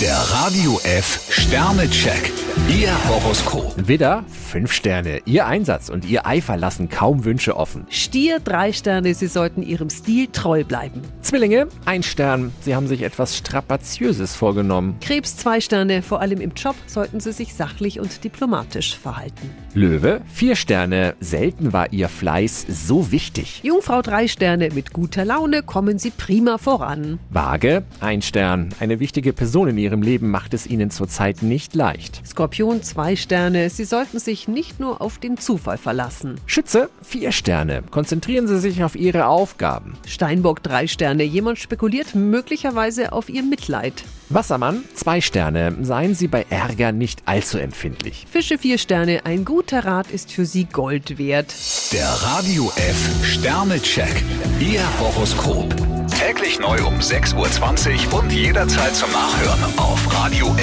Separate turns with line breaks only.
Der Radio F Sternecheck. Ihr Horoskop.
Widder, fünf Sterne. Ihr Einsatz und Ihr Eifer lassen kaum Wünsche offen.
Stier, drei Sterne, Sie sollten Ihrem Stil treu bleiben.
Zwillinge, ein Stern. Sie haben sich etwas Strapaziöses vorgenommen.
Krebs, zwei Sterne, vor allem im Job sollten Sie sich sachlich und diplomatisch verhalten.
Löwe, vier Sterne. Selten war Ihr Fleiß so wichtig.
Jungfrau, drei Sterne, mit guter Laune kommen Sie prima voran.
Waage, ein Stern. Eine wichtige Person in Ihrem Leben macht es Ihnen zurzeit nicht leicht.
Skorpion, zwei Sterne, Sie sollten sich nicht nur auf den Zufall verlassen.
Schütze, vier Sterne. Konzentrieren Sie sich auf Ihre Aufgaben.
Steinbock, drei Sterne, jemand spekuliert möglicherweise auf Ihr Mitleid.
Wassermann, zwei Sterne. Seien Sie bei Ärger nicht allzu empfindlich.
Fische, vier Sterne, ein guter Rat ist für Sie Gold wert.
Der Radio F Sternecheck. Ihr Horoskop. Täglich neu um 6.20 Uhr und jederzeit zum Nachhören auf Radio